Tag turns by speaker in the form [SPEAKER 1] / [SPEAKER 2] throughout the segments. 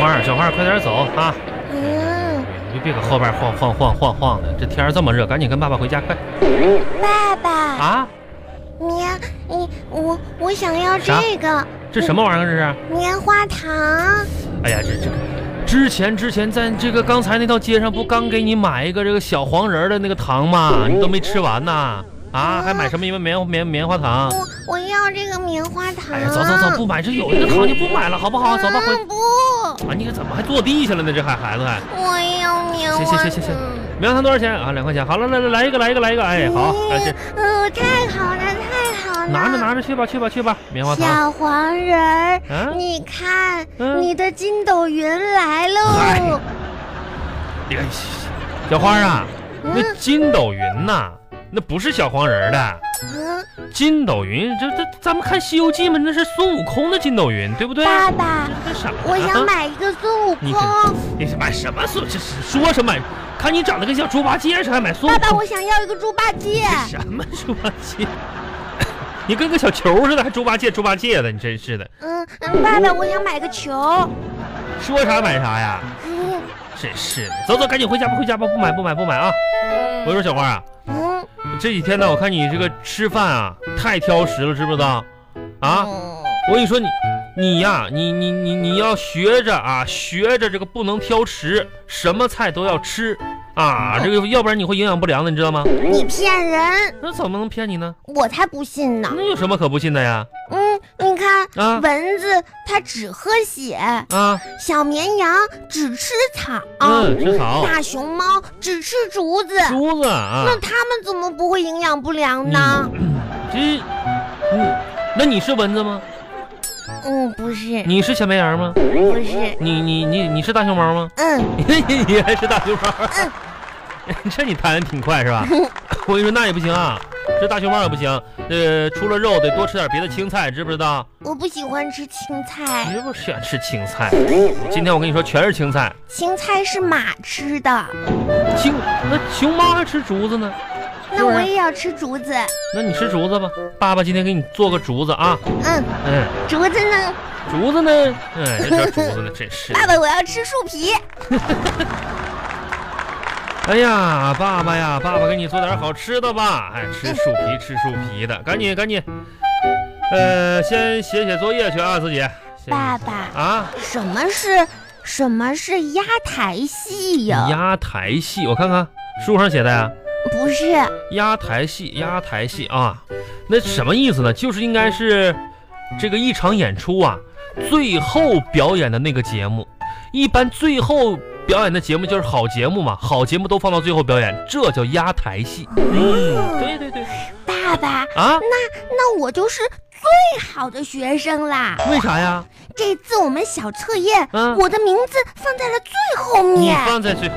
[SPEAKER 1] 花儿，小花儿，快点走啊！
[SPEAKER 2] 哎呀，
[SPEAKER 1] 你别搁后边晃晃晃晃晃的，这天儿这么热，赶紧跟爸爸回家，快
[SPEAKER 2] 爸爸，
[SPEAKER 1] 啊！
[SPEAKER 2] 棉，你我我想要这个
[SPEAKER 1] 这什么玩意儿这是？
[SPEAKER 2] 棉花糖，
[SPEAKER 1] 哎呀，这这，之前之前在这个刚才那条街上不刚给你买一个这个小黄人儿的那个糖吗？你都没吃完呢啊！还买什么一个棉棉棉花糖？
[SPEAKER 2] 我我要这个棉花糖。
[SPEAKER 1] 哎呀，走走走，不买这有一个糖就不买了，好不好？走吧，回
[SPEAKER 2] 嗯不，
[SPEAKER 1] 啊！你可怎么还坐地下了呢？这还孩子还。
[SPEAKER 2] 我要棉花
[SPEAKER 1] 行
[SPEAKER 2] 糖。
[SPEAKER 1] 行行行行，棉花糖多少钱啊？两块钱。好了，来来来一个来一个来一个，哎，好，哎这
[SPEAKER 2] 嗯，呃太好了，太好了！
[SPEAKER 1] 拿着拿着去吧去吧去吧，棉花糖。
[SPEAKER 2] 小黄人儿，
[SPEAKER 1] 啊
[SPEAKER 2] 你看、
[SPEAKER 1] 嗯
[SPEAKER 2] 你的筋斗云来
[SPEAKER 1] 嗨
[SPEAKER 2] 喽！
[SPEAKER 1] 哎小花啊，
[SPEAKER 2] 嗯
[SPEAKER 1] 那筋斗云呐、那不是小黄人儿的
[SPEAKER 2] 嗯，
[SPEAKER 1] 筋斗云，这这咱们看《西游记》嘛，那是孙悟空的筋斗云，对不对？
[SPEAKER 2] 爸爸，
[SPEAKER 1] 这傻子啊
[SPEAKER 2] 我想。买一个孙悟空
[SPEAKER 1] 你。看，你是买什么孙？这是说什么？看你长得跟像猪八戒似的，还买孙
[SPEAKER 2] 爸
[SPEAKER 1] 悟
[SPEAKER 2] 爸，
[SPEAKER 1] 空？
[SPEAKER 2] 我想要一个猪八戒。
[SPEAKER 1] 什么猪八戒？ 你跟个小球似的，还猪八戒猪八戒的，你真是的，
[SPEAKER 2] 嗯，嗯爸爸，我想买个球。
[SPEAKER 1] 说啥买啥呀？
[SPEAKER 2] 嗯
[SPEAKER 1] 真是的，走走，赶紧回家吧，回家吧，不买不买不买啊！我说小花啊，
[SPEAKER 2] 嗯
[SPEAKER 1] 这几天呢，我看你这个吃饭啊太挑食了，知不知道？啊，
[SPEAKER 2] 嗯
[SPEAKER 1] 我跟你说你，你呀、你你你你要学着啊，学着这个不能挑食，什么菜都要吃
[SPEAKER 2] 嗯
[SPEAKER 1] 啊，这个要不然你会营养不良的，你知道吗？
[SPEAKER 2] 你骗人，
[SPEAKER 1] 那怎么能骗你呢？
[SPEAKER 2] 我才不信呢。
[SPEAKER 1] 那有什么可不信的呀？
[SPEAKER 2] 嗯，你看，
[SPEAKER 1] 啊
[SPEAKER 2] 蚊子它只喝血，
[SPEAKER 1] 啊，
[SPEAKER 2] 小绵羊只吃草，
[SPEAKER 1] 嗯，吃草，
[SPEAKER 2] 啊大熊猫只吃竹子。
[SPEAKER 1] 珠子啊，
[SPEAKER 2] 那它们怎么不会营养不良呢？
[SPEAKER 1] 这，嗯，那你是蚊子吗？
[SPEAKER 2] 嗯，不是，
[SPEAKER 1] 你是小绵羊吗？
[SPEAKER 2] 不是，
[SPEAKER 1] 你你你你是大熊猫吗？
[SPEAKER 2] 嗯，
[SPEAKER 1] 你还是大熊猫？ 这你弹的挺快是吧？ 我跟你说，那也不行啊，这大熊猫也不行。呃，除了肉，得多吃点别的青菜，知不知道？
[SPEAKER 2] 我不喜欢吃青
[SPEAKER 1] 你
[SPEAKER 2] 菜，
[SPEAKER 1] 是不是喜欢吃青菜？今天我跟你说，全是青菜。
[SPEAKER 2] 青菜是马吃的，
[SPEAKER 1] 青那熊猫还吃竹子呢，
[SPEAKER 2] 那
[SPEAKER 1] 啊
[SPEAKER 2] 我也要吃竹子。
[SPEAKER 1] 那你吃竹子吧。爸爸今天给你做个竹子啊，
[SPEAKER 2] 嗯，
[SPEAKER 1] 嗯，
[SPEAKER 2] 竹子呢？
[SPEAKER 1] 竹子呢，嗯，这叫竹子呢，真是的。
[SPEAKER 2] 爸爸，我要吃树皮。
[SPEAKER 1] 哎呀，爸爸呀，爸爸给你做点好吃的吧。哎，吃树皮，吃树皮的，赶紧赶紧。呃，先写写作业去啊，自己。先
[SPEAKER 2] 爸爸，
[SPEAKER 1] 啊，
[SPEAKER 2] 什么是什么是压台戏呀？
[SPEAKER 1] 压台戏，我看看书上写的呀，
[SPEAKER 2] 不是，
[SPEAKER 1] 压台戏，压台戏啊，那什么意思呢？就是应该是这个一场演出啊，最后表演的那个节目，一般最后。表演的节目就是好节目嘛，好节目都放到最后表演，这叫压台戏。嗯，对对对，
[SPEAKER 2] 爸爸，
[SPEAKER 1] 啊，
[SPEAKER 2] 那我就是最好的学生啦。
[SPEAKER 1] 为啥呀？
[SPEAKER 2] 这次我们小测验，
[SPEAKER 1] 嗯
[SPEAKER 2] 我的名字放在了最后
[SPEAKER 1] 你
[SPEAKER 2] 面。
[SPEAKER 1] 放在最后，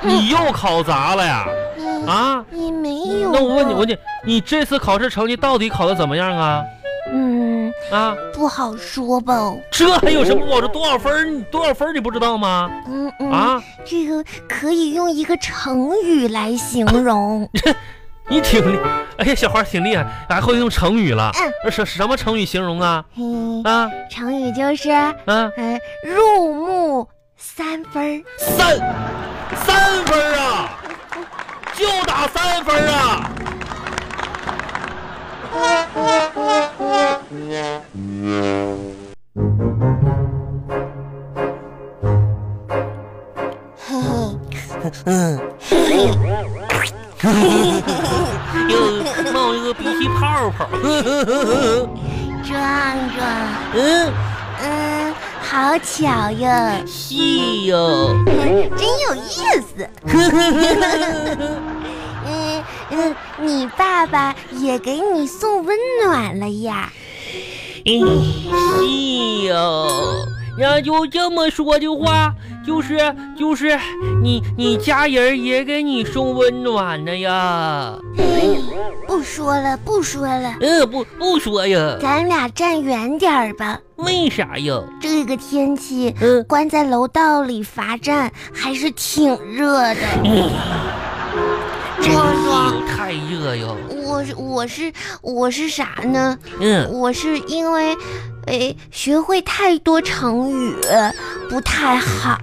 [SPEAKER 1] 你又考砸了呀？
[SPEAKER 2] 嗯，
[SPEAKER 1] 啊？
[SPEAKER 2] 你没有。
[SPEAKER 1] 那我问你，我问，你，你这次考试成绩到底考的怎么样啊？
[SPEAKER 2] 嗯，
[SPEAKER 1] 啊，
[SPEAKER 2] 不好说吧。
[SPEAKER 1] 这还有什么不好说？多少分儿？你多少分儿你不知道吗？
[SPEAKER 2] 嗯嗯，
[SPEAKER 1] 啊，
[SPEAKER 2] 这个可以用一个成语来形容。
[SPEAKER 1] 你挺厉，哎呀，小花挺厉害，还会用成语了。什什么成语形容啊？
[SPEAKER 2] 嗯，
[SPEAKER 1] 啊
[SPEAKER 2] 成语就是
[SPEAKER 1] 啊，
[SPEAKER 2] 嗯，入木三分儿。
[SPEAKER 1] 三三分儿啊，就打三分儿啊。
[SPEAKER 2] 嗯
[SPEAKER 1] 又冒一个鼻涕泡泡。
[SPEAKER 2] 壮壮，
[SPEAKER 1] 嗯，
[SPEAKER 2] 嗯，好巧呀，
[SPEAKER 1] 戏哟。
[SPEAKER 2] 真有意思。嗯嗯，你爸爸也给你送温暖了呀。
[SPEAKER 1] 是哟，哎那就这么说的话，就是就是你你家人也给你送温暖了呀。
[SPEAKER 2] 哎不说了，不说了，
[SPEAKER 1] 嗯，不不说呀，
[SPEAKER 2] 咱俩站远点儿吧。
[SPEAKER 1] 为啥呀？
[SPEAKER 2] 这个天气，
[SPEAKER 1] 嗯，
[SPEAKER 2] 关在楼道里罚站还是挺热的。
[SPEAKER 1] 真
[SPEAKER 2] 壮壮，
[SPEAKER 1] 是太热哟。
[SPEAKER 2] 我是我是我是啥呢？
[SPEAKER 1] 嗯
[SPEAKER 2] 我是因为哎，学会太多成语不太好，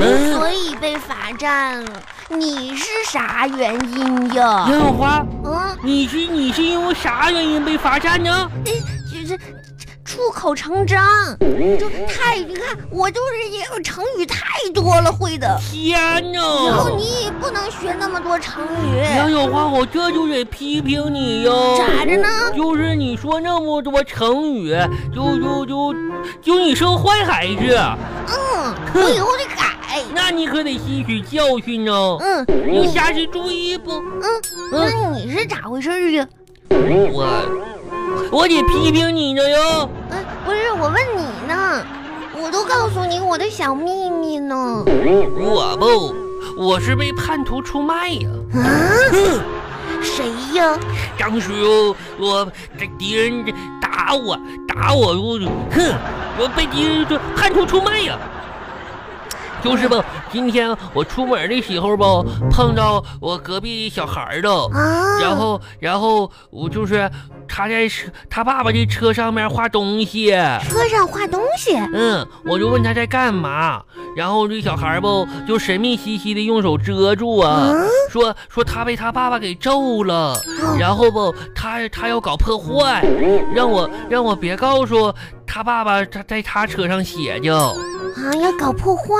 [SPEAKER 1] 嗯
[SPEAKER 2] 所以被罚站了。你是啥原因呀？
[SPEAKER 1] 杨小花，
[SPEAKER 2] 嗯，
[SPEAKER 1] 你是你是因为啥原因被罚站呢？
[SPEAKER 2] 就是出口成章，就太你看我就是也有成语太多了会的，
[SPEAKER 1] 天哪！
[SPEAKER 2] 以后你也不能学那么多成语，
[SPEAKER 1] 杨小花，我这就得批评你哟。
[SPEAKER 2] 咋着呢？
[SPEAKER 1] 就是你说那么多成语，就就就就你是个坏孩子，
[SPEAKER 2] 嗯，我以后得改。
[SPEAKER 1] 那你可得吸取教训呢。
[SPEAKER 2] 嗯，
[SPEAKER 1] 你
[SPEAKER 2] 你
[SPEAKER 1] 下次注意不？
[SPEAKER 2] 嗯，那你是咋回事儿啊呀？
[SPEAKER 1] 我我得批评你呢哟。
[SPEAKER 2] 嗯，不是，我问你呢，我都告诉你我的小秘密呢。
[SPEAKER 1] 我不，我是被叛徒出卖呀。
[SPEAKER 2] 啊？谁呀？
[SPEAKER 1] 当时我我这敌人打我打我，我哼，我被敌人就叛徒出卖呀。就是吧，今天我出门的时候吧，碰到我隔壁小孩儿了，
[SPEAKER 2] 啊？
[SPEAKER 1] 然后然后我就是他在车他爸爸的车上面画东西。
[SPEAKER 2] 车上画东西，
[SPEAKER 1] 嗯，我就问他在干嘛，然后这小孩儿吧就神秘兮兮的用手遮住啊，
[SPEAKER 2] 嗯
[SPEAKER 1] 说说他被他爸爸给揍了，然后吧他他要搞破坏，让我让我别告诉他爸爸他在他车上写的，
[SPEAKER 2] 啊，要搞破坏。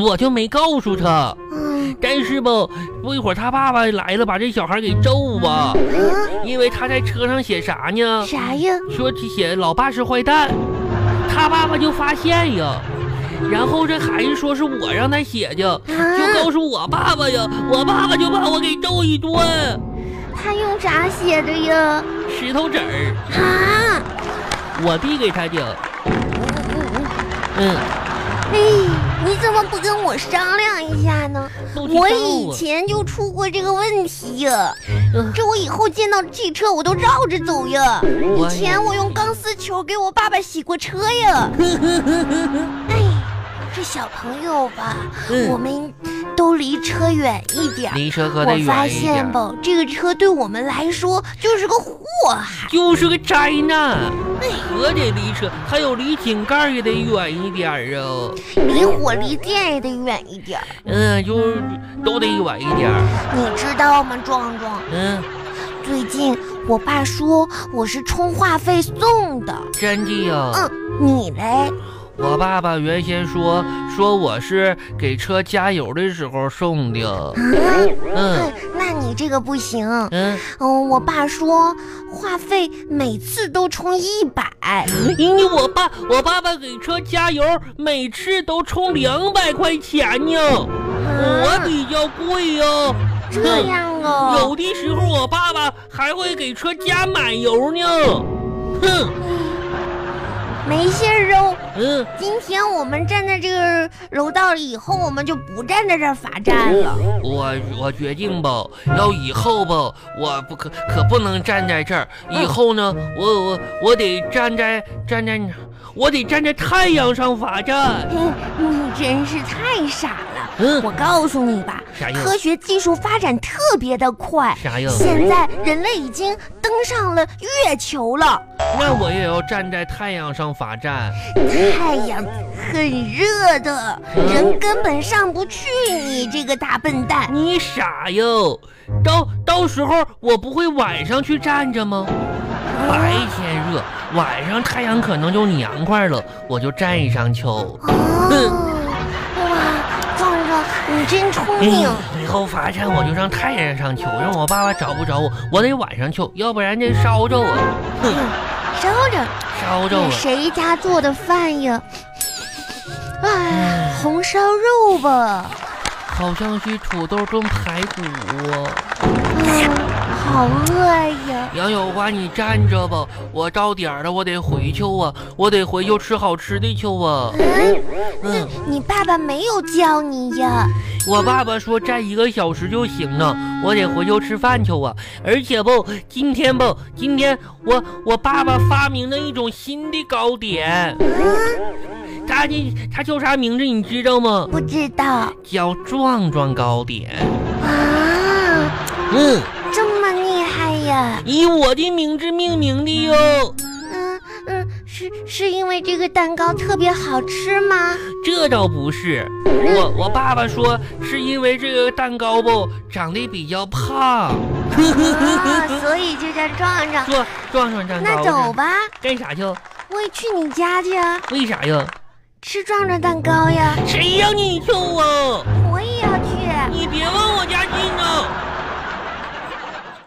[SPEAKER 1] 我就没告诉他。
[SPEAKER 2] 嗯
[SPEAKER 1] 但是吧，不一会儿他爸爸来了，把这小孩给揍啊，
[SPEAKER 2] 啊，
[SPEAKER 1] 因为他在车上写啥呢？
[SPEAKER 2] 啥呀？
[SPEAKER 1] 说起写老爸是坏蛋，他爸爸就发现呀，然后这孩子说是我让他写的，就
[SPEAKER 2] 啊，
[SPEAKER 1] 告诉我爸爸呀，我爸爸就把我给揍一顿，
[SPEAKER 2] 他用啥写的呀？
[SPEAKER 1] 石头子儿，
[SPEAKER 2] 啊，嗯
[SPEAKER 1] 我递给他的，嗯，
[SPEAKER 2] 哎，你怎么不跟我商量一下呢？
[SPEAKER 1] 不知道
[SPEAKER 2] 我
[SPEAKER 1] 啊
[SPEAKER 2] 以前就出过这个问题呀，
[SPEAKER 1] 嗯
[SPEAKER 2] 这我以后见到汽车我都绕着走呀。以
[SPEAKER 1] 我
[SPEAKER 2] 前我用钢丝球给我爸爸洗过车呀。哎，这小朋友吧，
[SPEAKER 1] 嗯
[SPEAKER 2] 我们都离车远一点儿。
[SPEAKER 1] 离车可得
[SPEAKER 2] 我
[SPEAKER 1] 远
[SPEAKER 2] 发
[SPEAKER 1] 一
[SPEAKER 2] 现
[SPEAKER 1] 点，
[SPEAKER 2] 吧，这个车对我们来说就是个祸害。
[SPEAKER 1] 就是个灾难，
[SPEAKER 2] 哎
[SPEAKER 1] 可得离车，还有离井盖也得远一点儿啊，
[SPEAKER 2] 离火离电也得远一点儿。
[SPEAKER 1] 嗯，就是都得远一点儿，
[SPEAKER 2] 你知道吗，壮壮？
[SPEAKER 1] 嗯，
[SPEAKER 2] 最近我爸说我是充话费送的。
[SPEAKER 1] 真的呀、
[SPEAKER 2] 嗯，你嘞？
[SPEAKER 1] 我爸爸原先说说我是给车加油的时候送的，
[SPEAKER 2] 啊，
[SPEAKER 1] 嗯
[SPEAKER 2] 哎那你这个不行。
[SPEAKER 1] 嗯，
[SPEAKER 2] 嗯，我爸说话费每次都充一百。
[SPEAKER 1] 因为我爸我爸爸给车加油每次都充两百块钱呢，我比较贵哟、
[SPEAKER 2] 嗯这样哦
[SPEAKER 1] 有。的时候我爸爸还会给车加满油呢，
[SPEAKER 2] 嗯
[SPEAKER 1] 哼，
[SPEAKER 2] 没信儿哦。
[SPEAKER 1] 嗯，
[SPEAKER 2] 今天我们站在这个楼道里，以后我们就不站在这儿罚站了。
[SPEAKER 1] 我我决定吧，要以后吧，我不可可不能站在这儿。
[SPEAKER 2] 嗯
[SPEAKER 1] 以后呢，我我我得站在站在，我得站在太阳上罚站。
[SPEAKER 2] 嘿，哎你真是太傻了。
[SPEAKER 1] 哦嗯，
[SPEAKER 2] 我告诉你吧，
[SPEAKER 1] 啥呀？
[SPEAKER 2] 科学技术发展特别的快，
[SPEAKER 1] 啥呀？
[SPEAKER 2] 现在人类已经登上了月球了。
[SPEAKER 1] 那我也要站在太阳上罚站。
[SPEAKER 2] 太阳很热的，
[SPEAKER 1] 哦
[SPEAKER 2] 人根本上不去。你这个大笨蛋，
[SPEAKER 1] 你傻哟！到到时候我不会晚上去站着吗？白天热，晚上太阳可能就凉快了，我就站上去。
[SPEAKER 2] 哦，哇，壮壮，你真聪
[SPEAKER 1] 哎
[SPEAKER 2] 明。
[SPEAKER 1] 以后罚站我就上太阳上去，让我爸爸找不着我，我得晚上去，要不然这烧着我，哼，
[SPEAKER 2] 稍等，
[SPEAKER 1] 烧着
[SPEAKER 2] 这
[SPEAKER 1] 我。
[SPEAKER 2] 谁家做的饭呀？哎，红烧肉吧，
[SPEAKER 1] 好像是土豆炖排骨哦。
[SPEAKER 2] 嗯，好饿呀。
[SPEAKER 1] 杨小花，你站着吧，我到点儿了，我得回去啊，我得回去吃好吃的去啊。
[SPEAKER 2] 嗯，
[SPEAKER 1] 嗯，
[SPEAKER 2] 你爸爸没有教你呀？
[SPEAKER 1] 我爸爸说站一个小时就行了，我得回去吃饭去啊。而且吧，今天吧，今天我我爸爸发明了一种新的糕点，
[SPEAKER 2] 嗯，
[SPEAKER 1] 他这他叫啥名字你知道吗？
[SPEAKER 2] 不知道啊，
[SPEAKER 1] 叫壮壮糕点。嗯，
[SPEAKER 2] 啊这么厉害呀？
[SPEAKER 1] 以我的名字命名的哟。
[SPEAKER 2] 嗯嗯，是是因为这个蛋糕特别好吃吗？
[SPEAKER 1] 这倒不是，我我爸爸说是因为这个蛋糕不长得比较胖，
[SPEAKER 2] 啊，所以就叫壮壮。
[SPEAKER 1] 说壮壮长高
[SPEAKER 2] 那走
[SPEAKER 1] 了，
[SPEAKER 2] 吧，
[SPEAKER 1] 干啥去？
[SPEAKER 2] 我也去你家去啊，
[SPEAKER 1] 为啥呀？
[SPEAKER 2] 吃壮壮蛋糕呀。
[SPEAKER 1] 谁让你去啊？